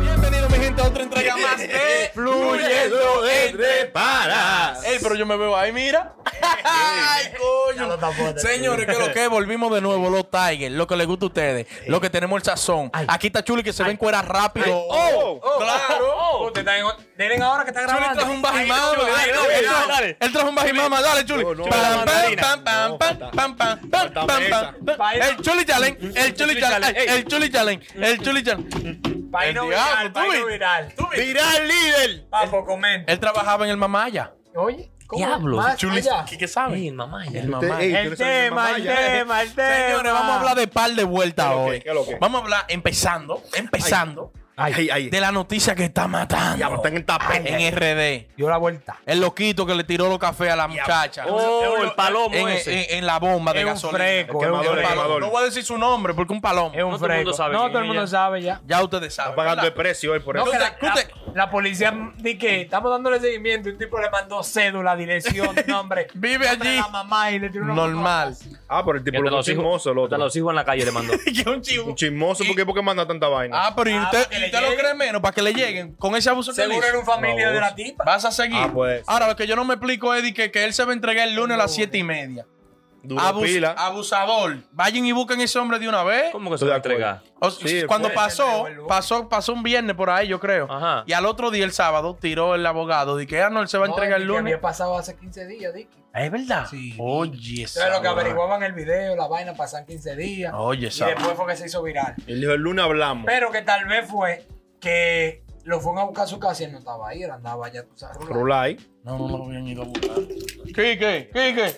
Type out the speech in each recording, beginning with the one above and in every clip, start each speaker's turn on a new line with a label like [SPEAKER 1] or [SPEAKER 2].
[SPEAKER 1] Bienvenido, mi gente, a otra entrega más de
[SPEAKER 2] Fluyendo Entre Panas.
[SPEAKER 1] Ey, pero yo me veo ahí, mira. Ay, coño. Señores, que lo que es, volvimos de nuevo, los Tigers, lo que les gusta a ustedes, lo que tenemos el sazón. Aquí está Chuli que se ve en cuera rápido. ¡Oh! ¡Claro!
[SPEAKER 3] Usted está en ot- Miren ahora que está
[SPEAKER 1] Chuli
[SPEAKER 3] grabando.
[SPEAKER 1] trajo un bajimama.
[SPEAKER 3] Chuli, dale, dale,
[SPEAKER 1] Él
[SPEAKER 3] dale,
[SPEAKER 1] trajo-
[SPEAKER 3] dale.
[SPEAKER 1] Él trajo un bajimama. Dale, Chuli.
[SPEAKER 2] No, no,
[SPEAKER 1] Pam, pam,
[SPEAKER 2] mandarina.
[SPEAKER 1] pam, pam,
[SPEAKER 2] No,
[SPEAKER 1] pam, pam, pam, pam, pam,
[SPEAKER 2] mesa.
[SPEAKER 1] pam, pam.
[SPEAKER 3] Baila.
[SPEAKER 1] El Chuli Challenge. El Chuli Challenge. El Chuli Challenge. El Chuli Challenge.
[SPEAKER 3] Vaino
[SPEAKER 1] El
[SPEAKER 3] viral,
[SPEAKER 1] diablo, tú
[SPEAKER 3] vaino
[SPEAKER 1] vi.
[SPEAKER 3] viral. Tú vi.
[SPEAKER 2] Viral líder.
[SPEAKER 3] Papo, comenta.
[SPEAKER 1] Él trabajaba en el Mamaya.
[SPEAKER 4] Oye, ¿cómo?
[SPEAKER 5] Diablo.
[SPEAKER 4] Más
[SPEAKER 1] Chuli,
[SPEAKER 4] allá.
[SPEAKER 1] ¿qué- ¿qué sabe?
[SPEAKER 5] el mamá ya.
[SPEAKER 1] El mamá.
[SPEAKER 2] Ey, tú
[SPEAKER 3] El
[SPEAKER 2] eres el de
[SPEAKER 3] tema,
[SPEAKER 2] mamá
[SPEAKER 3] el
[SPEAKER 2] ya.
[SPEAKER 3] tema, el tema.
[SPEAKER 1] Señores, vamos a hablar de par de vueltas
[SPEAKER 2] ¿Qué lo que?
[SPEAKER 1] hoy.
[SPEAKER 2] ¿Qué lo que?
[SPEAKER 1] Vamos a hablar empezando, empezando
[SPEAKER 2] Ay, ay, ay.
[SPEAKER 1] de la noticia que está matando
[SPEAKER 2] Diablo, están en tapete.
[SPEAKER 1] en RD.
[SPEAKER 4] Dio la vuelta.
[SPEAKER 1] El loquito que le tiró los cafés a la muchacha
[SPEAKER 5] Oh, el palomo
[SPEAKER 1] en,
[SPEAKER 5] ese.
[SPEAKER 1] en- en la bomba de
[SPEAKER 3] Es un
[SPEAKER 1] gasolina.
[SPEAKER 3] freco,
[SPEAKER 1] El
[SPEAKER 3] es un
[SPEAKER 1] palomo.
[SPEAKER 2] freco.
[SPEAKER 1] No voy a decir su nombre porque un palomo.
[SPEAKER 3] Es un
[SPEAKER 5] No todo el
[SPEAKER 3] freco.
[SPEAKER 5] mundo sabe
[SPEAKER 3] No
[SPEAKER 5] quién
[SPEAKER 3] todo el
[SPEAKER 5] es
[SPEAKER 3] mundo
[SPEAKER 5] ella.
[SPEAKER 3] sabe ya.
[SPEAKER 1] Ya ustedes saben.
[SPEAKER 2] Está pagando el
[SPEAKER 1] ¿verdad?
[SPEAKER 2] precio hoy por
[SPEAKER 3] No,
[SPEAKER 1] Tú
[SPEAKER 2] eso.
[SPEAKER 3] que
[SPEAKER 1] te-
[SPEAKER 3] la,
[SPEAKER 1] tú
[SPEAKER 3] la-
[SPEAKER 1] te-
[SPEAKER 3] la policía di que estamos dándole seguimiento. y Un tipo le mandó cédula, dirección, nombre.
[SPEAKER 1] Vive
[SPEAKER 3] nombre de
[SPEAKER 1] allí.
[SPEAKER 3] La mamá y le tiró una
[SPEAKER 1] Normal.
[SPEAKER 2] Ah, por el tipo
[SPEAKER 5] Hasta
[SPEAKER 2] lo
[SPEAKER 5] los hijos-
[SPEAKER 2] chismoso, el
[SPEAKER 5] hasta
[SPEAKER 2] otro.
[SPEAKER 5] los hijos en la calle le mandó.
[SPEAKER 1] Que un chivo.
[SPEAKER 2] Un chismoso, ¿por qué, ¿Por qué manda tanta vaina?
[SPEAKER 1] Ah, pero ¿y
[SPEAKER 3] Ah,
[SPEAKER 1] usted,
[SPEAKER 3] para que le
[SPEAKER 1] usted lo
[SPEAKER 3] lleguen.
[SPEAKER 1] cree menos para que le lleguen con ese abuso que le
[SPEAKER 3] Seguro
[SPEAKER 1] hizo?
[SPEAKER 3] era un familia
[SPEAKER 2] No,
[SPEAKER 3] de la
[SPEAKER 2] vos.
[SPEAKER 3] tipa.
[SPEAKER 1] Vas a seguir.
[SPEAKER 2] Ah, pues.
[SPEAKER 1] Ahora, lo que yo no me explico es de que, que él se va a entregar el lunes a las siete y media.
[SPEAKER 2] Duro
[SPEAKER 1] Abus-
[SPEAKER 2] pila.
[SPEAKER 1] Abusador. Vayan y busquen ese hombre de una vez.
[SPEAKER 5] ¿Cómo que se
[SPEAKER 2] Estoy
[SPEAKER 5] va a
[SPEAKER 2] de acuerdo.
[SPEAKER 5] entregar?
[SPEAKER 1] O-
[SPEAKER 2] Sí,
[SPEAKER 1] cuando
[SPEAKER 2] fue.
[SPEAKER 1] pasó,
[SPEAKER 3] Devuelvo.
[SPEAKER 1] pasó, pasó un viernes por ahí, yo creo.
[SPEAKER 5] Ajá.
[SPEAKER 1] Y al otro día, el sábado, tiró el abogado. de que ah, no, él se va a entregar el
[SPEAKER 4] Que
[SPEAKER 1] lunes.
[SPEAKER 4] había pasado hace 15 días, Dicky.
[SPEAKER 1] Ah, Es verdad.
[SPEAKER 4] Sí.
[SPEAKER 1] Oye,
[SPEAKER 4] Eso era
[SPEAKER 1] esa
[SPEAKER 4] lo que
[SPEAKER 1] vaina.
[SPEAKER 4] averiguaban el video, la vaina, pasan 15 días.
[SPEAKER 1] Oye,
[SPEAKER 3] Y
[SPEAKER 1] esa
[SPEAKER 3] después fue que se hizo viral.
[SPEAKER 2] Él dijo, el lunes hablamos.
[SPEAKER 4] Pero que tal vez fue que lo fueron a buscar a su casa y él no estaba ahí, él andaba ya, tú sabes. rulando.
[SPEAKER 2] Rulay.
[SPEAKER 1] No, no lo habían ido a buscar. Quique, Quique.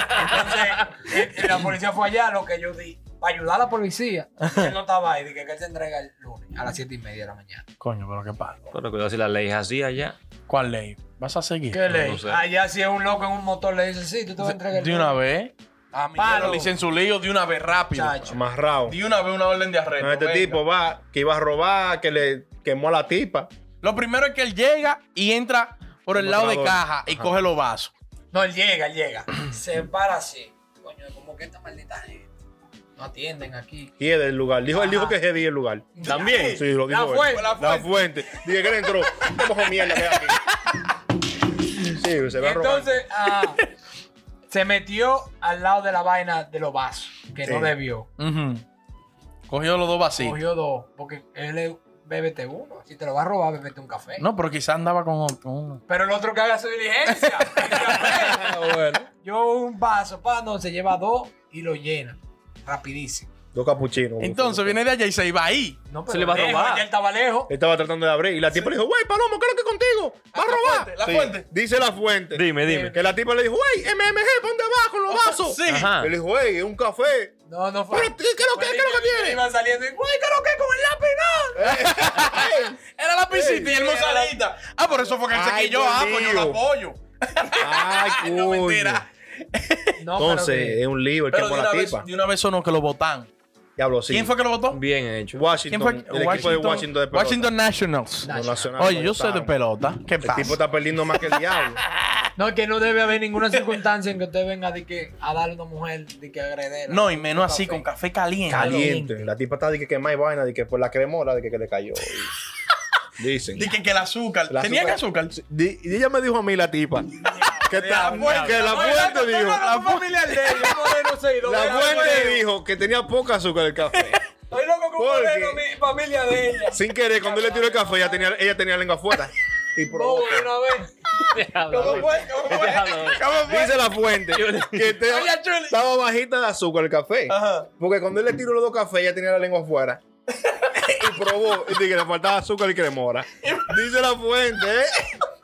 [SPEAKER 4] Entonces, y- y la policía fue allá, lo que yo di, para ayudar a la policía. Él no estaba ahí, dije que él se entrega el lunes a las 7 y media de la mañana.
[SPEAKER 1] Coño, pero qué pasa.
[SPEAKER 5] Bueno, cuidado si la ley es así allá.
[SPEAKER 1] ¿Cuál ley? ¿Vas a seguir?
[SPEAKER 4] ¿Qué le?
[SPEAKER 5] no sé.
[SPEAKER 4] Allá si es un loco en un motor le dice, sí, tú te vas a entregar el Ah,
[SPEAKER 1] De una vez. A mi
[SPEAKER 4] Palo.
[SPEAKER 1] le dicen su lío de una vez rápido.
[SPEAKER 4] Chacho.
[SPEAKER 2] Amarrado.
[SPEAKER 1] De una vez una orden de arresto.
[SPEAKER 2] No, este
[SPEAKER 1] venga.
[SPEAKER 2] tipo va, que iba a robar, que le quemó a la tipa.
[SPEAKER 1] Lo primero es que él llega y entra por el
[SPEAKER 2] Como
[SPEAKER 1] lado de
[SPEAKER 2] operador.
[SPEAKER 1] caja y coge los vasos.
[SPEAKER 4] No, él llega, él llega. Se para así. Coño, como que esta maldita gente. No atienden aquí.
[SPEAKER 2] Y es del lugar. Dijo, él dijo que es heavy el lugar.
[SPEAKER 5] También.
[SPEAKER 2] Sí, lo dijo
[SPEAKER 4] La
[SPEAKER 2] él.
[SPEAKER 4] fuente,
[SPEAKER 2] La fuente. Dije que él entró. ¿Qué cojo mierda que hay aquí? Sí, se va a robar.
[SPEAKER 4] Entonces, ah, se metió al lado de la vaina de los vasos, que
[SPEAKER 2] Sí.
[SPEAKER 4] no debió.
[SPEAKER 1] Ujú. Cogió los dos vacíos.
[SPEAKER 4] Cogió dos, porque él es bébete uno. Si te lo va a robar, bébete un café.
[SPEAKER 1] No, pero quizás andaba con, con uno.
[SPEAKER 4] Pero el otro que haga su diligencia. el café. Yo un vaso, pa, no, se lleva dos y lo llena. Rapidísimo.
[SPEAKER 2] Dos capuchinos.
[SPEAKER 1] Entonces viene de allá y se va ahí.
[SPEAKER 4] No,
[SPEAKER 5] Se le va a
[SPEAKER 4] lejos,
[SPEAKER 5] robar.
[SPEAKER 4] Ya él estaba lejos.
[SPEAKER 2] Él estaba tratando de abrir y la tipa le dijo, wey, Palomo, ¿qué es lo que es contigo? ¿Va
[SPEAKER 1] Ah, La
[SPEAKER 2] a robar?
[SPEAKER 1] fuente, la fuente.
[SPEAKER 2] Dice la fuente.
[SPEAKER 5] Dime, dime.
[SPEAKER 2] Que la tipa le dijo, wey, MMG, ¿para dónde vas con los vasos?
[SPEAKER 1] Oh, Sí.
[SPEAKER 5] Ajá.
[SPEAKER 2] Él dijo, wey, es un café.
[SPEAKER 4] No, no fue.
[SPEAKER 2] Pero, ¿qué es lo que, qué es lo que tiene?
[SPEAKER 4] Iba saliendo y, güey, ¿qué es lo que es con el lápiz? No.
[SPEAKER 2] Ey.
[SPEAKER 1] Era la piscita y el
[SPEAKER 2] Ey.
[SPEAKER 1] mozalita. Ah, por eso fue que él se
[SPEAKER 2] Ay,
[SPEAKER 1] quilló.
[SPEAKER 2] Dios
[SPEAKER 1] Ah, pues yo
[SPEAKER 2] mío.
[SPEAKER 1] lo apoyo.
[SPEAKER 2] Ay,
[SPEAKER 1] No,
[SPEAKER 2] coño.
[SPEAKER 1] mentira.
[SPEAKER 4] No, pero
[SPEAKER 2] Entonces,
[SPEAKER 4] que-
[SPEAKER 2] es un lío el que
[SPEAKER 1] Pero de
[SPEAKER 2] con
[SPEAKER 1] una,
[SPEAKER 2] la
[SPEAKER 1] vez,
[SPEAKER 2] tipa.
[SPEAKER 1] de una vez sonó que lo votan.
[SPEAKER 2] Diablo, sí.
[SPEAKER 1] ¿Quién fue que lo votó?
[SPEAKER 5] Bien hecho.
[SPEAKER 1] ¿Quién
[SPEAKER 2] Washington.
[SPEAKER 1] fue?
[SPEAKER 2] El equipo de Washington de pelota.
[SPEAKER 1] Washington Nationals.
[SPEAKER 2] Los nacionales
[SPEAKER 1] Oye, yo sé de
[SPEAKER 2] votaron.
[SPEAKER 1] pelota. ¿Qué
[SPEAKER 2] El tipo
[SPEAKER 1] pasa?
[SPEAKER 2] está perdiendo más que el diablo.
[SPEAKER 4] No, que no debe haber ninguna circunstancia en que usted venga de que, a darle a una mujer de que agredir.
[SPEAKER 1] No, y menos así, con café caliente.
[SPEAKER 2] Caliente. La tipa está de que quemar y vaina, de que por la cremola, de que, que le cayó. Dicen.
[SPEAKER 1] Dicen que el azúcar.
[SPEAKER 2] La
[SPEAKER 1] ¿Tenían azúcar?
[SPEAKER 2] azúcar- Di- Y ella me dijo a mí la tipa. que, está- que la fuente dijo.
[SPEAKER 4] La familia de él, un moreno seguidor.
[SPEAKER 2] La fuente dijo que tenía poca azúcar el café.
[SPEAKER 4] Estoy loco con un
[SPEAKER 2] ¿Por
[SPEAKER 4] moreno,
[SPEAKER 2] qué?
[SPEAKER 4] mi familia de ella.
[SPEAKER 2] Sin querer, cuando él le tiró el café, ella tenía, ella tenía lengua afuera. Y
[SPEAKER 4] No,
[SPEAKER 2] probó.
[SPEAKER 4] bueno, a ver.
[SPEAKER 5] Diablo. Diablo.
[SPEAKER 2] Dice la fuente que te-
[SPEAKER 1] Oye, Chuli.
[SPEAKER 2] estaba bajita de azúcar el café.
[SPEAKER 1] Ajá.
[SPEAKER 2] Porque cuando él le tiró los dos cafés, ella tenía la lengua afuera. y probó. Y dije, le faltaba azúcar y cremora. Dice la fuente, ¿eh?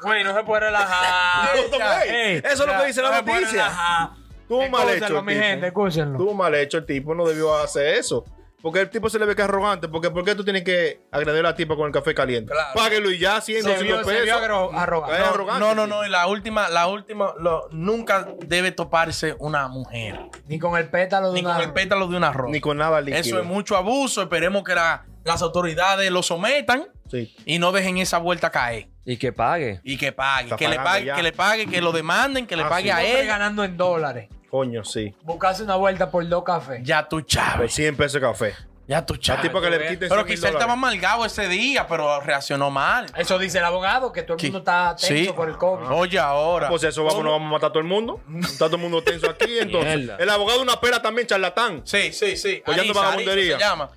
[SPEAKER 3] Güey, no se puede relajar.
[SPEAKER 2] No, güey,
[SPEAKER 3] Ey,
[SPEAKER 2] eso es lo
[SPEAKER 3] ya,
[SPEAKER 2] que dice la
[SPEAKER 3] no se puede
[SPEAKER 2] noticia.
[SPEAKER 3] relajar.
[SPEAKER 2] Tuvo mal hecho.
[SPEAKER 4] Escúchenlo,
[SPEAKER 2] el
[SPEAKER 4] mi
[SPEAKER 2] tipo.
[SPEAKER 4] gente, escúchenlo.
[SPEAKER 2] Tuvo mal hecho el tipo, no debió hacer eso. Porque el tipo se le ve que es arrogante. Porque ¿por qué tú tienes que agredir a la tipa con el café caliente?
[SPEAKER 1] Claro.
[SPEAKER 2] Páguelo y ya, 100,
[SPEAKER 3] Se
[SPEAKER 2] 200
[SPEAKER 3] vio, se vio
[SPEAKER 2] pesos.
[SPEAKER 3] agro- arrogante.
[SPEAKER 2] Es arrogante.
[SPEAKER 1] No, no, no. Y la última, la última, lo- nunca debe toparse una mujer.
[SPEAKER 3] Ni con el pétalo de
[SPEAKER 1] Ni
[SPEAKER 3] una-
[SPEAKER 1] con el pétalo de una rosa.
[SPEAKER 2] Ni con nada líquido.
[SPEAKER 1] Eso es mucho abuso. Esperemos que la- las autoridades lo sometan
[SPEAKER 2] Sí.
[SPEAKER 1] y no dejen esa vuelta caer.
[SPEAKER 5] Y que pague.
[SPEAKER 1] Y que pague.
[SPEAKER 2] Está
[SPEAKER 1] Que le
[SPEAKER 2] pagando
[SPEAKER 1] pague,
[SPEAKER 2] ya.
[SPEAKER 1] que le pague, que lo demanden, que le
[SPEAKER 2] Ah,
[SPEAKER 1] pague
[SPEAKER 2] sí.
[SPEAKER 1] a
[SPEAKER 3] Hombre
[SPEAKER 1] él.
[SPEAKER 3] ganando en dólares.
[SPEAKER 2] Coño, sí.
[SPEAKER 3] Buscarse una vuelta por dos cafés.
[SPEAKER 1] Ya tú
[SPEAKER 2] Por
[SPEAKER 1] chaves.
[SPEAKER 2] 100 pesos de café.
[SPEAKER 1] Ya tú
[SPEAKER 2] La
[SPEAKER 1] chaves.
[SPEAKER 2] tipa que le quiten
[SPEAKER 1] Pero
[SPEAKER 2] 100 mil
[SPEAKER 1] quizá él estaba
[SPEAKER 2] dólares.
[SPEAKER 1] amargado ese día, pero reaccionó mal.
[SPEAKER 3] Eso dice el abogado, que todo el
[SPEAKER 1] Sí.
[SPEAKER 3] mundo está tenso
[SPEAKER 1] Sí.
[SPEAKER 3] por el COVID.
[SPEAKER 1] Oye, ahora.
[SPEAKER 2] Ah. Pues eso vamos, nos vamos a matar a todo el mundo. Está todo el mundo tenso aquí. Entonces,
[SPEAKER 5] Mierda.
[SPEAKER 2] el abogado de una pera también, charlatán.
[SPEAKER 1] Sí, sí, sí.
[SPEAKER 2] Pues ya no
[SPEAKER 1] Ariza,
[SPEAKER 2] vagabundería.
[SPEAKER 1] Ariza se llama.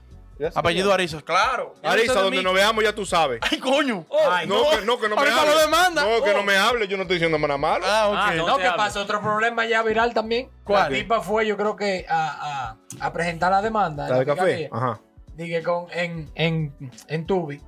[SPEAKER 1] Apellido Ariza, claro.
[SPEAKER 2] Arisa, donde nos
[SPEAKER 1] no
[SPEAKER 2] veamos ya tú sabes.
[SPEAKER 1] Ay, coño.
[SPEAKER 3] Ay,
[SPEAKER 2] no, que, no, que no me
[SPEAKER 1] Ahorita lo
[SPEAKER 2] hable.
[SPEAKER 1] demanda.
[SPEAKER 2] No, que
[SPEAKER 1] Oh.
[SPEAKER 2] no me hable. Yo no estoy diciendo nada malo.
[SPEAKER 1] Ah, ok.
[SPEAKER 5] Ah,
[SPEAKER 3] No,
[SPEAKER 5] No se
[SPEAKER 3] que
[SPEAKER 5] habla.
[SPEAKER 3] pasó otro problema ya viral también.
[SPEAKER 1] ¿Cuál?
[SPEAKER 3] La tipa fue, yo creo que a, a- a presentar la demanda. en
[SPEAKER 2] ¿La de
[SPEAKER 3] la
[SPEAKER 2] café?
[SPEAKER 3] fiscalía.
[SPEAKER 2] Ajá.
[SPEAKER 3] Dije con en, en, en Tubi.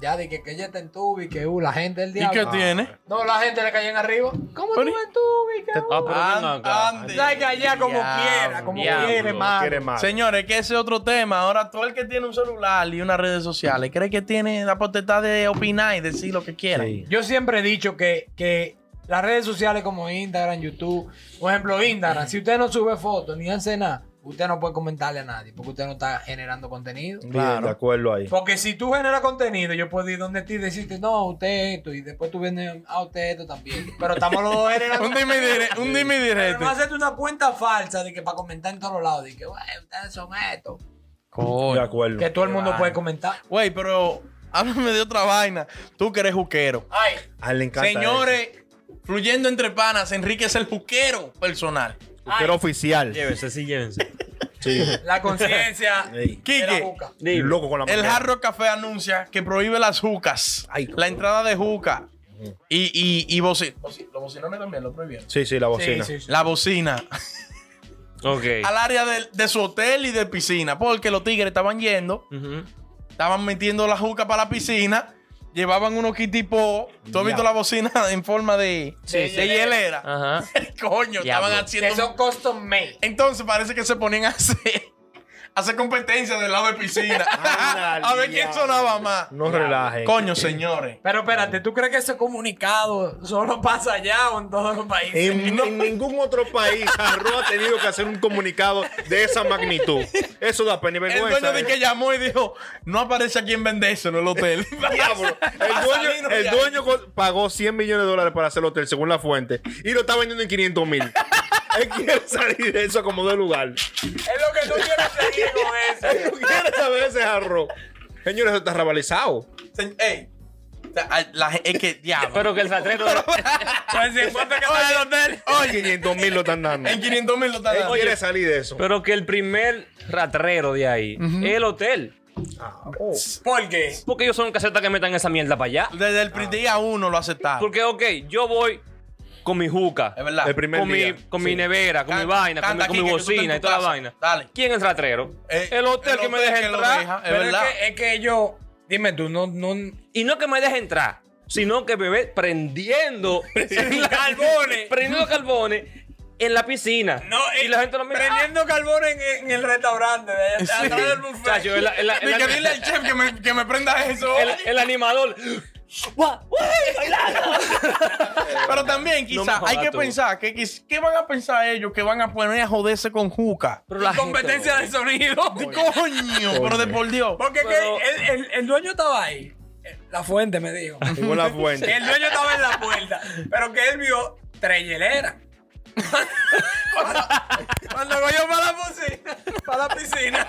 [SPEAKER 3] Ya dije que ella está en Tubi, que uh, la gente del
[SPEAKER 1] ¿Y qué
[SPEAKER 3] diablo.
[SPEAKER 1] tiene?
[SPEAKER 3] No, la gente le caían arriba. ¿Cómo tú
[SPEAKER 1] Pero-
[SPEAKER 3] en Tubi? Que, uh?
[SPEAKER 5] Ah, pero ven acá.
[SPEAKER 1] Ande.
[SPEAKER 3] Sabes que allá como
[SPEAKER 1] Diablo.
[SPEAKER 3] quiera, como
[SPEAKER 5] Diablo.
[SPEAKER 3] quiere, mano.
[SPEAKER 2] Quiere más.
[SPEAKER 1] Señores, que ese es otro tema. Ahora, todo el que tiene un celular y unas redes sociales cree que tiene la potestad de opinar y decir lo que quiera.
[SPEAKER 2] Sí.
[SPEAKER 3] Yo siempre he dicho que, que las redes sociales como Instagram, YouTube, por ejemplo, Instagram, si usted no sube fotos ni hace nada, usted no puede comentarle a nadie porque usted no está generando contenido.
[SPEAKER 2] Bien,
[SPEAKER 1] Claro.
[SPEAKER 2] de acuerdo ahí.
[SPEAKER 3] Porque si tú generas contenido, yo puedo ir donde ti y decirte, no, usted esto, y después tú vienes a usted esto también. Pero estamos los dos generando.
[SPEAKER 1] un dime y dire- un dime y
[SPEAKER 3] Pero
[SPEAKER 1] direte.
[SPEAKER 3] no hacerte una cuenta falsa de que para comentar en todos lados, de que, "Güey, ustedes son esto.
[SPEAKER 2] De
[SPEAKER 1] Coño.
[SPEAKER 2] acuerdo.
[SPEAKER 3] Que todo el mundo puede comentar.
[SPEAKER 1] Güey, pero háblame de otra vaina. Tú que eres juquero.
[SPEAKER 3] Ay,
[SPEAKER 2] A él le encanta.
[SPEAKER 1] Señores, fluyendo entre panas, Enrique es el juquero personal.
[SPEAKER 2] Pero oficial.
[SPEAKER 5] Llévense, sí, llévense.
[SPEAKER 2] Sí.
[SPEAKER 3] la conciencia.
[SPEAKER 2] Ey.
[SPEAKER 3] de la
[SPEAKER 1] Quique,
[SPEAKER 3] boca.
[SPEAKER 5] Dime.
[SPEAKER 2] Loco con la
[SPEAKER 1] el
[SPEAKER 2] maquinaria.
[SPEAKER 1] Jarro Café anuncia que prohíbe las jucas.
[SPEAKER 2] Ay.
[SPEAKER 1] la entrada de juca. Y, y, y boci- boci- Los bocinones también lo prohibieron.
[SPEAKER 2] Sí, sí, la bocina.
[SPEAKER 3] Sí, sí, sí.
[SPEAKER 1] La bocina.
[SPEAKER 5] Ok.
[SPEAKER 1] al área del- de, su hotel y de piscina. Porque los tigres estaban yendo,
[SPEAKER 5] Ujú.
[SPEAKER 1] estaban metiendo la juca para la piscina, llevaban unos kitipó. Tú has visto la bocina en forma de, de,
[SPEAKER 2] Ah.
[SPEAKER 1] hielera.
[SPEAKER 5] Ajá.
[SPEAKER 1] Coño,
[SPEAKER 5] Diablo.
[SPEAKER 1] estaban
[SPEAKER 3] Que
[SPEAKER 1] haciendo.
[SPEAKER 3] son custom made.
[SPEAKER 1] Entonces parece que se ponían a hacer, a hacer competencia del lado de piscina.
[SPEAKER 2] Ándale,
[SPEAKER 1] a ver quién
[SPEAKER 2] diablo.
[SPEAKER 1] sonaba más.
[SPEAKER 2] No
[SPEAKER 5] eh,
[SPEAKER 2] relaje.
[SPEAKER 1] Coño, señores.
[SPEAKER 3] Pero espérate, ¿tú crees que ese comunicado solo pasa allá o en todos los países?
[SPEAKER 2] En, en ningún otro país Jarro ha tenido que hacer un comunicado de esa magnitud. Eso da pena y
[SPEAKER 1] El
[SPEAKER 2] vergüenza.
[SPEAKER 1] dueño de
[SPEAKER 2] ¿eh?
[SPEAKER 1] que llamó y dijo, no aparece a quien vende eso en el hotel.
[SPEAKER 2] Diablo. El dueño, el dueño co- pagó 100 millones de dólares para hacer el hotel, según la fuente, y lo está vendiendo en 500 mil. Él quiere salir de eso como de lugar.
[SPEAKER 3] Es lo que tú quieres seguir con
[SPEAKER 2] Él
[SPEAKER 3] eso.
[SPEAKER 2] no quiere saber ese jarro. Señores, eso está rabalizado.
[SPEAKER 1] Señ- Ey. O sea, ay, la gen- es que diablo.
[SPEAKER 5] Pero que el satreto.
[SPEAKER 1] Oye, hotel. Oye,
[SPEAKER 2] 500 mil lo están dando.
[SPEAKER 1] en
[SPEAKER 2] Él
[SPEAKER 1] 500 mil lo
[SPEAKER 5] Eh,
[SPEAKER 1] está dando.
[SPEAKER 2] quiere salir de eso.
[SPEAKER 5] Pero que el primer ratrero de ahí es el hotel.
[SPEAKER 3] ¿Por qué?
[SPEAKER 5] Porque ellos son casetas que metan esa mierda para allá.
[SPEAKER 1] Desde el pri- día uno lo aceptaron.
[SPEAKER 5] Porque, ok, yo voy con mi juca,
[SPEAKER 1] Es verdad.
[SPEAKER 2] El primer
[SPEAKER 5] con, mi,
[SPEAKER 2] día.
[SPEAKER 5] con mi nevera, con mi
[SPEAKER 1] Canta,
[SPEAKER 5] vaina, con mi,
[SPEAKER 1] canta,
[SPEAKER 5] con mi
[SPEAKER 1] Quique, que tú estás
[SPEAKER 5] bocina
[SPEAKER 1] en
[SPEAKER 5] y
[SPEAKER 1] tu
[SPEAKER 5] toda la
[SPEAKER 1] casa.
[SPEAKER 5] vaina.
[SPEAKER 1] Dale.
[SPEAKER 5] ¿Quién es el ratrero?
[SPEAKER 1] Eh,
[SPEAKER 5] el hotel
[SPEAKER 1] el
[SPEAKER 5] que me
[SPEAKER 1] hotel
[SPEAKER 5] deja
[SPEAKER 1] que lo
[SPEAKER 5] entrar.
[SPEAKER 1] deja, es
[SPEAKER 5] pero es
[SPEAKER 1] verdad.
[SPEAKER 5] que-
[SPEAKER 3] Es que yo. Dime tú, no. no
[SPEAKER 5] y no que me deje entrar, sino que me ve prendiendo carbones. prendiendo carbones en la piscina. y la gente lo mira.
[SPEAKER 3] eh, Prendiendo carbón en, en el restaurante. de allá,
[SPEAKER 1] Sí.
[SPEAKER 3] atrás del
[SPEAKER 5] ah,
[SPEAKER 3] buffet.
[SPEAKER 5] chacho, el, el- el-
[SPEAKER 1] Ni que dile al chef que me, que me prenda eso.
[SPEAKER 5] el- el animador. ¡Guau, guau, bailando!
[SPEAKER 1] Pero también,
[SPEAKER 5] No me
[SPEAKER 1] quizás,
[SPEAKER 5] jodas
[SPEAKER 1] hay que
[SPEAKER 5] tú.
[SPEAKER 1] pensar que quiz- ¿qué van a pensar ellos que van a poner a joderse con Juca?
[SPEAKER 5] Pero la gente-
[SPEAKER 3] Competencia de sonido.
[SPEAKER 1] Coño, pero de por Dios.
[SPEAKER 3] Porque que
[SPEAKER 5] Pero-
[SPEAKER 3] el, el- el dueño estaba ahí. La fuente me dijo.
[SPEAKER 2] Según la
[SPEAKER 3] Que
[SPEAKER 2] fuente.
[SPEAKER 3] el dueño estaba en la puerta. Pero que él vio tres hieleras. Cuando, cuando cogió para la piscina, para la piscina,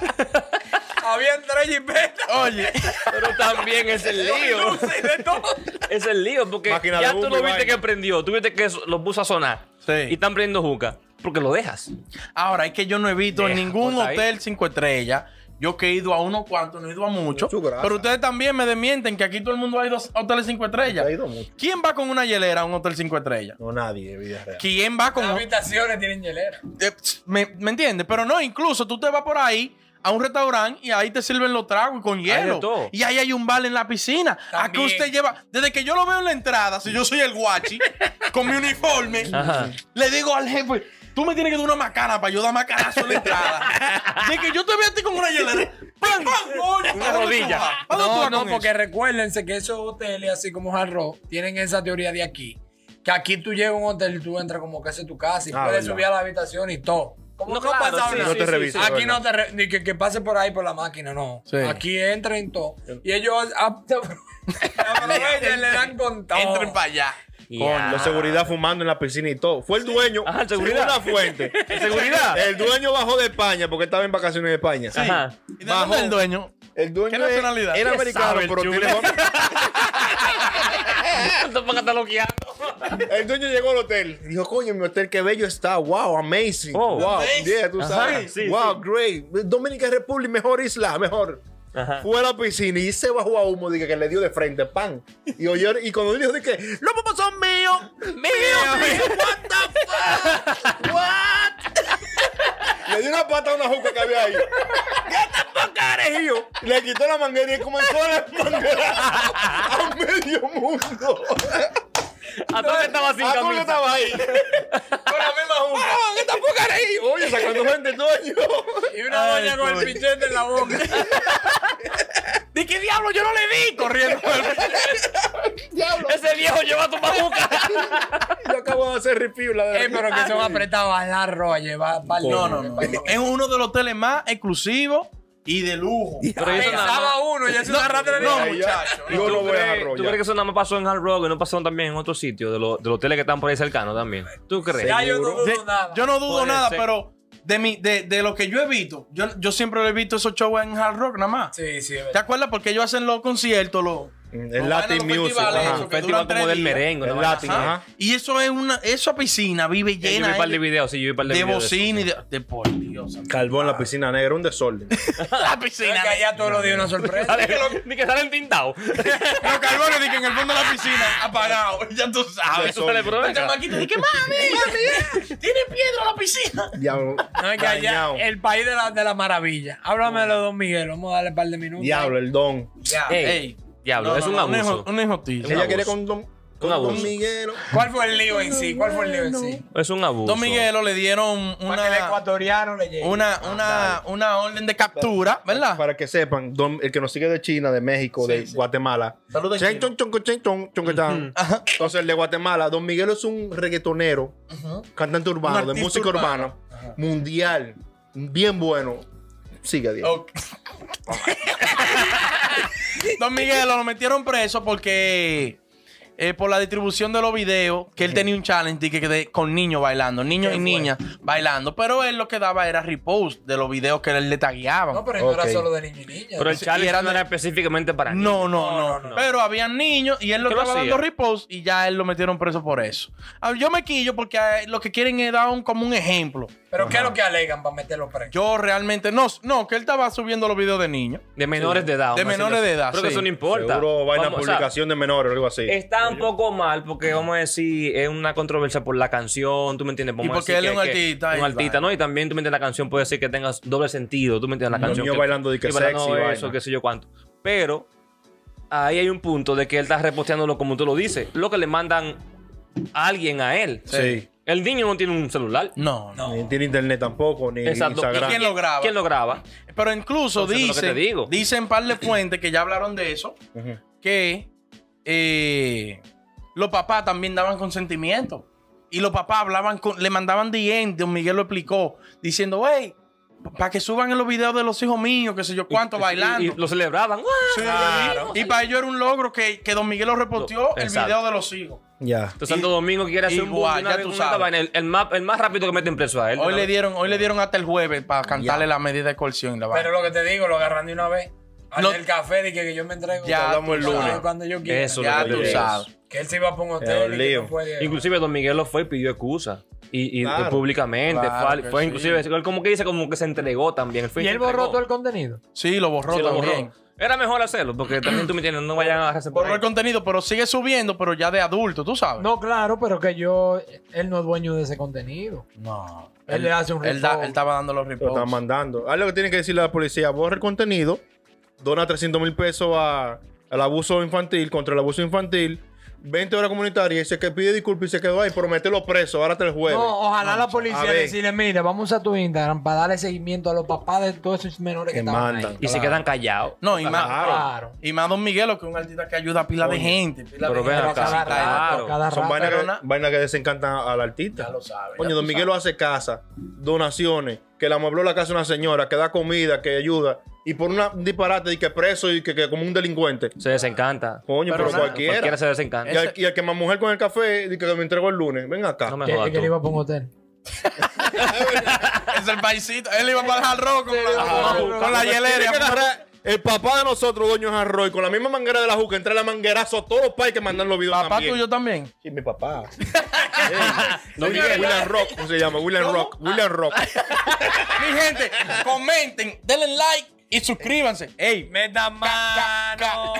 [SPEAKER 3] habían tres jipetas.
[SPEAKER 1] Oye,
[SPEAKER 5] Pero también es el lío.
[SPEAKER 3] luces y de todo.
[SPEAKER 5] Es el lío, porque
[SPEAKER 2] Máquina de
[SPEAKER 5] ya tú
[SPEAKER 2] humo y
[SPEAKER 5] lo viste
[SPEAKER 2] vaina.
[SPEAKER 5] que prendió, tú viste que eso- lo puso a sonar
[SPEAKER 1] Sí.
[SPEAKER 5] y están prendiendo juca, porque lo dejas.
[SPEAKER 1] ahora es que yo no he visto en
[SPEAKER 5] Deja,
[SPEAKER 1] ningún
[SPEAKER 5] corta ahí.
[SPEAKER 1] hotel cinco estrellas. Yo que he ido a uno cuantos, no he ido a muchos.
[SPEAKER 2] Mucho grasa.
[SPEAKER 1] Pero ustedes también me desmienten que aquí todo el mundo ha ido a hoteles cinco estrellas.
[SPEAKER 2] Ha ido mucho.
[SPEAKER 1] ¿Quién va con una hielera a un hotel cinco estrellas?
[SPEAKER 2] No, nadie de vida real.
[SPEAKER 1] ¿Quién va con
[SPEAKER 3] Las habitaciones tienen hielera.
[SPEAKER 1] Eh, ps, ¿Me, ¿Me entiendes? Pero no, incluso tú te vas por ahí a un restaurante y ahí te sirven los tragos y con hielo.
[SPEAKER 5] de todo.
[SPEAKER 1] Y ahí hay un bar en la piscina. Aquí
[SPEAKER 3] También.
[SPEAKER 1] usted lleva. Desde que yo lo veo en la entrada, si yo soy el guachi, con mi uniforme,
[SPEAKER 5] Ajá.
[SPEAKER 1] le digo al jefe. Tú me tienes que dar una macana para yo dar macanazo en la entrada. de que yo te veo a ti con una hielera. ¡Pam, pam! coño,
[SPEAKER 5] Una
[SPEAKER 1] ¿a dónde
[SPEAKER 5] rodilla.
[SPEAKER 1] tú vas? ¿A dónde tú
[SPEAKER 3] No,
[SPEAKER 1] vas
[SPEAKER 3] no,
[SPEAKER 1] con
[SPEAKER 3] porque
[SPEAKER 1] eso?
[SPEAKER 3] recuérdense que esos hoteles, así como Hard Rock, tienen esa teoría de aquí. Que aquí tú llegas a un hotel y tú entras como que hace tu casa y
[SPEAKER 2] Ah,
[SPEAKER 3] puedes
[SPEAKER 2] verdad.
[SPEAKER 3] subir a la habitación y todo. Como
[SPEAKER 5] No,
[SPEAKER 3] que ha
[SPEAKER 5] claro,
[SPEAKER 3] pasado
[SPEAKER 5] sí,
[SPEAKER 3] nada.
[SPEAKER 2] no te revisan,
[SPEAKER 3] Aquí
[SPEAKER 2] ¿verdad?
[SPEAKER 3] no te re- ni que, que pase por ahí por la máquina, no.
[SPEAKER 1] Sí.
[SPEAKER 3] Aquí entran en todo. Y ellos ah, a- te aprovechan, le dan con todo.
[SPEAKER 1] Entren para allá.
[SPEAKER 2] Con la seguridad fumando en la piscina y todo. Fue el dueño.
[SPEAKER 5] Ajá, el
[SPEAKER 2] según
[SPEAKER 5] seguridad.
[SPEAKER 2] la fuente.
[SPEAKER 5] ¿El seguridad?
[SPEAKER 2] El dueño bajó de España porque estaba en vacaciones en España.
[SPEAKER 5] Ajá.
[SPEAKER 1] ¿Y de dónde es el dueño?
[SPEAKER 2] El dueño
[SPEAKER 1] ¿Qué
[SPEAKER 2] es-
[SPEAKER 1] nacionalidad?
[SPEAKER 2] era
[SPEAKER 5] ¿Qué
[SPEAKER 2] americano,
[SPEAKER 5] sabe el
[SPEAKER 2] pero
[SPEAKER 5] chulo?
[SPEAKER 2] tiene fam-
[SPEAKER 5] Esto para estar loqueando.
[SPEAKER 2] El dueño llegó al hotel. y Dijo, coño, mi hotel, qué bello está. Wow, amazing.
[SPEAKER 5] Oh.
[SPEAKER 2] Wow,
[SPEAKER 1] Amazing.
[SPEAKER 2] yeah, tú
[SPEAKER 5] Ajá,
[SPEAKER 2] sabes.
[SPEAKER 5] sí,
[SPEAKER 2] wow, great. Dominica Republic, mejor isla, mejor.
[SPEAKER 5] Ajá.
[SPEAKER 2] Fue a la piscina y se bajó a humo, dije que le dio de frente pan. Y oyó, y cuando dijo, dije, los papás son míos, míos, míos, what the fuck, what? Le dio una pata a una juca que había ahí. ¿Qué te fuck eres, hijo? Le quitó la manguera y comenzó a manguera a medio mundo.
[SPEAKER 5] A todo que estaba sin
[SPEAKER 2] Ah, tú que
[SPEAKER 5] camisa.
[SPEAKER 2] estabas ahí.
[SPEAKER 3] Con la misma junta.
[SPEAKER 2] ¡Ah, ¿Qué te fuck eres, hijo? Oye, sacando gente el dueño.
[SPEAKER 3] Y una doña con el pichete en la boca.
[SPEAKER 1] ¿De qué diablo? Yo no le di corriendo.
[SPEAKER 2] Diablo.
[SPEAKER 5] Ese viejo lleva tu papuca.
[SPEAKER 2] Yo acabo de hacer review la de
[SPEAKER 3] Eh, pero que son apretados a la roa, llevar pal-
[SPEAKER 1] No, no, no. no. Es uno de los hoteles más exclusivos y de lujo.
[SPEAKER 5] Pero eso nada más-
[SPEAKER 3] Pensaba uno y es una rata de
[SPEAKER 1] no,
[SPEAKER 2] Ahí ya-
[SPEAKER 1] muchacho,
[SPEAKER 2] Yo lo
[SPEAKER 5] ¿Tú,
[SPEAKER 2] voy a
[SPEAKER 5] crees,
[SPEAKER 2] arrollar.
[SPEAKER 5] tú crees que eso nada más pasó en Hard Rock y no pasó también en otros sitios de, los de los hoteles que están por ahí cercanos también? ¿Tú crees?
[SPEAKER 3] Ya yo no dudo
[SPEAKER 1] De-
[SPEAKER 3] nada.
[SPEAKER 1] Yo no dudo
[SPEAKER 5] Puede
[SPEAKER 1] nada,
[SPEAKER 5] ser.
[SPEAKER 1] pero de, mi, de, de lo que yo he visto, yo, yo siempre lo he visto esos shows en Hard Rock nada más.
[SPEAKER 3] Sí, sí, es
[SPEAKER 1] ¿Te
[SPEAKER 3] verdad.
[SPEAKER 1] acuerdas? Porque ellos hacen los conciertos, los...
[SPEAKER 2] Mm, El
[SPEAKER 1] los vainas
[SPEAKER 2] Latin
[SPEAKER 1] de los
[SPEAKER 2] Music.
[SPEAKER 1] festivales,
[SPEAKER 2] ajá.
[SPEAKER 1] eso
[SPEAKER 5] un
[SPEAKER 1] que
[SPEAKER 5] festival
[SPEAKER 1] duran tres
[SPEAKER 5] como del
[SPEAKER 1] días.
[SPEAKER 5] merengue.
[SPEAKER 2] El
[SPEAKER 5] una vaina
[SPEAKER 2] Latin,
[SPEAKER 5] así.
[SPEAKER 2] ajá.
[SPEAKER 1] Y eso es una... Esa piscina vive
[SPEAKER 5] Eh, Yo
[SPEAKER 1] llena
[SPEAKER 5] vi un par de
[SPEAKER 1] eh,
[SPEAKER 5] videos, sí, yo vi un par de
[SPEAKER 1] de
[SPEAKER 5] videos. eso,
[SPEAKER 1] bocina y
[SPEAKER 5] sí.
[SPEAKER 1] de... de- por Dios. santo.
[SPEAKER 2] Carbón en la piscina negra, un desorden.
[SPEAKER 1] La piscina.
[SPEAKER 3] Es que allá todos los días una sorpresa.
[SPEAKER 5] Dale, Ni que salen tintados.
[SPEAKER 1] Los carbones de que en el fondo de la piscina apagado. Ya tú sabes.
[SPEAKER 5] Eso le
[SPEAKER 1] El
[SPEAKER 5] provoca.
[SPEAKER 1] chamaquito dice, mami, mami, tiene piedra la piscina.
[SPEAKER 2] Diablo.
[SPEAKER 3] No, es que allá
[SPEAKER 2] dañado.
[SPEAKER 3] el país de la, de la maravilla. Háblame de los Don Miguel, vamos a darle un par de minutos.
[SPEAKER 2] Diablo, el don.
[SPEAKER 5] Ey,
[SPEAKER 1] Ey.
[SPEAKER 5] diablo,
[SPEAKER 1] No,
[SPEAKER 5] es
[SPEAKER 1] no,
[SPEAKER 5] un
[SPEAKER 1] no,
[SPEAKER 5] abuso.
[SPEAKER 1] hijo- Una hijoticia.
[SPEAKER 2] Ella
[SPEAKER 5] abuso.
[SPEAKER 2] quiere con don, con don
[SPEAKER 5] abuso.
[SPEAKER 2] Miguelo.
[SPEAKER 3] ¿Cuál fue el lío en sí? ¿Cuál fue el lío en sí?
[SPEAKER 5] Es un abuso.
[SPEAKER 1] Don Miguelo le dieron
[SPEAKER 3] Para que el
[SPEAKER 1] una,
[SPEAKER 3] ecuatoriano le llegue.
[SPEAKER 1] una,
[SPEAKER 5] Ah,
[SPEAKER 1] una, una orden de captura, ¿verdad?
[SPEAKER 2] Para que sepan, don- el que nos sigue de China, de México, de Guatemala.
[SPEAKER 1] Saludos,
[SPEAKER 2] Chen,
[SPEAKER 1] chino.
[SPEAKER 2] chon, chon, chon, chon, chon, chon, chon. Ah. Entonces, el de Guatemala, don Miguelo es un reggaetonero, cantante urbano, de
[SPEAKER 1] artista
[SPEAKER 2] música
[SPEAKER 1] urbano.
[SPEAKER 2] urbana, mundial, bien bueno. Sigue, Diego.
[SPEAKER 1] Ok. Don Miguelo lo metieron preso porque eh, por la distribución de los videos que él tenía un challenge que, que de- con niños bailando, niños y niñas bailando, pero él lo que daba era repost de los videos que él le tagueaba.
[SPEAKER 3] No, pero
[SPEAKER 2] Ok.
[SPEAKER 3] no era solo de niño y niña.
[SPEAKER 5] Pero el
[SPEAKER 1] Sí, y
[SPEAKER 5] challenge
[SPEAKER 1] era
[SPEAKER 5] no
[SPEAKER 1] de-
[SPEAKER 5] era específicamente para niños.
[SPEAKER 1] No, no, no,
[SPEAKER 5] no.
[SPEAKER 1] Pero habían niños y él lo
[SPEAKER 5] ¿Qué lo
[SPEAKER 1] estaba
[SPEAKER 5] hacía?
[SPEAKER 1] dando repost y ya él lo metieron preso por eso. Ah, Yo me quillo porque eh, lo que quieren es dar un, como un ejemplo.
[SPEAKER 3] ¿Pero qué es lo que alegan para meterlo preso?
[SPEAKER 1] Yo realmente no, no, que él estaba subiendo los videos de niños.
[SPEAKER 5] De menores de edad.
[SPEAKER 1] De
[SPEAKER 5] vamos a
[SPEAKER 1] menores
[SPEAKER 5] decirlo.
[SPEAKER 1] de edad,
[SPEAKER 5] Creo
[SPEAKER 1] sí.
[SPEAKER 5] que eso no importa.
[SPEAKER 2] Seguro vaina
[SPEAKER 5] Vamos, o sea,
[SPEAKER 2] publicación de menores o algo así.
[SPEAKER 5] Está un poco mal porque vamos a decir, es una controversia por la canción, tú me entiendes. Vamos
[SPEAKER 1] Y
[SPEAKER 5] a
[SPEAKER 1] porque
[SPEAKER 5] decir
[SPEAKER 1] él es
[SPEAKER 5] que-
[SPEAKER 1] un
[SPEAKER 5] que-
[SPEAKER 1] artista, y
[SPEAKER 5] Un artista, ¿no? Y también tú me entiendes, la canción puede ser que tenga doble sentido, tú me entiendes, la canción.
[SPEAKER 2] niños bailando de que
[SPEAKER 5] y
[SPEAKER 2] sexy, vaina.
[SPEAKER 5] eso, qué sé yo cuánto. Pero ahí hay un punto de que él está reposteándolo como tú lo dices, lo que le mandan a alguien a él.
[SPEAKER 2] Sí.
[SPEAKER 5] El niño no tiene un celular.
[SPEAKER 1] No, no.
[SPEAKER 2] Ni tiene internet tampoco, ni
[SPEAKER 5] Exacto.
[SPEAKER 2] Instagram.
[SPEAKER 1] ¿Y quién lo graba?
[SPEAKER 5] ¿Quién lo graba?
[SPEAKER 1] Pero incluso
[SPEAKER 5] Entonces, eso es lo
[SPEAKER 1] dicen,
[SPEAKER 5] que te digo.
[SPEAKER 1] dicen par de fuentes que ya hablaron de eso,
[SPEAKER 2] Ujú.
[SPEAKER 1] que eh, los papás también daban consentimiento. Y los papás hablaban con, le mandaban DM, Don Miguel lo explicó, diciendo, wey, para que suban en los videos de los hijos míos, qué sé yo cuánto,
[SPEAKER 5] Y-
[SPEAKER 1] bailando.
[SPEAKER 5] Y, y lo celebraban. ¡Ah!
[SPEAKER 1] Sí, Y para ellos era un logro que, que Don Miguel lo reporteó
[SPEAKER 5] Lo-
[SPEAKER 1] el
[SPEAKER 5] exacto.
[SPEAKER 1] video de los hijos.
[SPEAKER 2] Ya.
[SPEAKER 5] Entonces, Santo Domingo quiere hacer un
[SPEAKER 1] Igual,
[SPEAKER 5] boom, una
[SPEAKER 1] ya
[SPEAKER 5] vez
[SPEAKER 1] tú
[SPEAKER 5] con esta
[SPEAKER 1] sabes.
[SPEAKER 5] vaina, el, el más, el más rápido que meten preso a él.
[SPEAKER 1] Hoy
[SPEAKER 5] Una
[SPEAKER 1] le
[SPEAKER 5] vez.
[SPEAKER 1] dieron, hoy le dieron hasta el jueves para cantarle la medida de coerción. y La vaina.
[SPEAKER 3] Pero lo que te digo, lo agarran de una vez. Al
[SPEAKER 1] No.
[SPEAKER 3] del café, dije que yo me entrego.
[SPEAKER 1] Ya,
[SPEAKER 2] hablamos el
[SPEAKER 3] Tú sabes,
[SPEAKER 2] lunes.
[SPEAKER 3] Cuando yo quiera.
[SPEAKER 5] Eso.
[SPEAKER 1] ya
[SPEAKER 5] lo que
[SPEAKER 1] tú
[SPEAKER 5] yo digo.
[SPEAKER 1] sabes.
[SPEAKER 3] Que él se iba a un
[SPEAKER 2] Ya,
[SPEAKER 3] hotel y que
[SPEAKER 2] lío.
[SPEAKER 3] no puede.
[SPEAKER 5] Inclusive Don Miguel lo fue y pidió excusa. Y, y-
[SPEAKER 2] Claro.
[SPEAKER 5] y públicamente.
[SPEAKER 1] Claro
[SPEAKER 5] fue, al-
[SPEAKER 1] que
[SPEAKER 5] fue
[SPEAKER 1] sí.
[SPEAKER 5] inclusive, él como que dice, como que se entregó también. fue
[SPEAKER 3] Y él
[SPEAKER 5] se
[SPEAKER 3] borró
[SPEAKER 5] entregó.
[SPEAKER 3] todo el contenido.
[SPEAKER 1] Sí, lo borró
[SPEAKER 5] Sí, lo borró.
[SPEAKER 1] también.
[SPEAKER 5] Era mejor hacerlo, porque también tú me entiendes, no vayan a agarrarse por
[SPEAKER 1] Borró el
[SPEAKER 5] ahí.
[SPEAKER 1] contenido, pero sigue subiendo, pero ya de adulto, tú sabes.
[SPEAKER 3] No, claro, pero que yo. Él no es dueño de ese contenido.
[SPEAKER 1] No.
[SPEAKER 3] Él le hace un
[SPEAKER 1] él, da-
[SPEAKER 3] report.
[SPEAKER 1] él estaba dando los
[SPEAKER 2] Lo están
[SPEAKER 1] reports.
[SPEAKER 2] mandando. Algo que tiene que decirle a la policía, borra el contenido, dona 300 mil pesos a- al abuso infantil, contra el abuso infantil, 20 horas comunitarias y se que pide disculpas y se quedó ahí, pero meterlo preso, ahora te el jueves.
[SPEAKER 3] No, ojalá la
[SPEAKER 2] a
[SPEAKER 3] policía
[SPEAKER 2] ver.
[SPEAKER 3] decirle, mira, vamos a tu Instagram para darle seguimiento a los papás de todos esos menores que,
[SPEAKER 2] Que
[SPEAKER 3] estaban
[SPEAKER 2] mandan.
[SPEAKER 3] ahí.
[SPEAKER 5] Y se quedan callados.
[SPEAKER 1] No, y más,
[SPEAKER 2] Claro.
[SPEAKER 3] Claro.
[SPEAKER 1] y más Don Miguelo, que es un artista que ayuda a pila de gente. Pila
[SPEAKER 5] Pero
[SPEAKER 1] de
[SPEAKER 5] ven
[SPEAKER 1] gente
[SPEAKER 5] acá.
[SPEAKER 1] necesitada.
[SPEAKER 5] Claro.
[SPEAKER 3] cada
[SPEAKER 2] Son
[SPEAKER 3] rato.
[SPEAKER 2] vainas
[SPEAKER 1] pero
[SPEAKER 2] que,
[SPEAKER 1] na-
[SPEAKER 2] vainas que desencantan al artista.
[SPEAKER 3] Ya lo sabes,
[SPEAKER 2] Coño,
[SPEAKER 3] ya
[SPEAKER 2] Don
[SPEAKER 3] tú
[SPEAKER 2] Miguel lo hace casa, donaciones, que le amuebló la casa a una señora, que da comida, que ayuda. Y por una- un disparate y que preso y que, que como un delincuente.
[SPEAKER 5] Se desencanta.
[SPEAKER 2] Coño,
[SPEAKER 1] Pero
[SPEAKER 2] pero,
[SPEAKER 1] nada,
[SPEAKER 2] cualquiera.
[SPEAKER 5] Cualquiera se desencanta.
[SPEAKER 2] Y, al, y al que más mujer con el café, di que me entregó el lunes. Ven acá.
[SPEAKER 5] No me
[SPEAKER 3] Que,
[SPEAKER 5] jodas
[SPEAKER 3] que le iba a
[SPEAKER 5] tú.
[SPEAKER 3] poner un hotel.
[SPEAKER 1] Es el paisito. Él iba para el hard rock con
[SPEAKER 3] Ajá.
[SPEAKER 1] la, Ah, con la
[SPEAKER 2] Ah, Tiene
[SPEAKER 1] hielera.
[SPEAKER 2] que agarrar El papá de nosotros, doño Jarroy, con la misma manguera de la juca, entre la manguerazo a todos los pais que mandan los videos
[SPEAKER 1] Papá
[SPEAKER 2] también.
[SPEAKER 1] tuyo también.
[SPEAKER 2] Sí, mi papá. Ey, William Rock, ¿cómo se llama? William Rock. William Rock.
[SPEAKER 1] Mi gente, comenten, denle like y suscríbanse. ¡Ey! ¡Me da mano!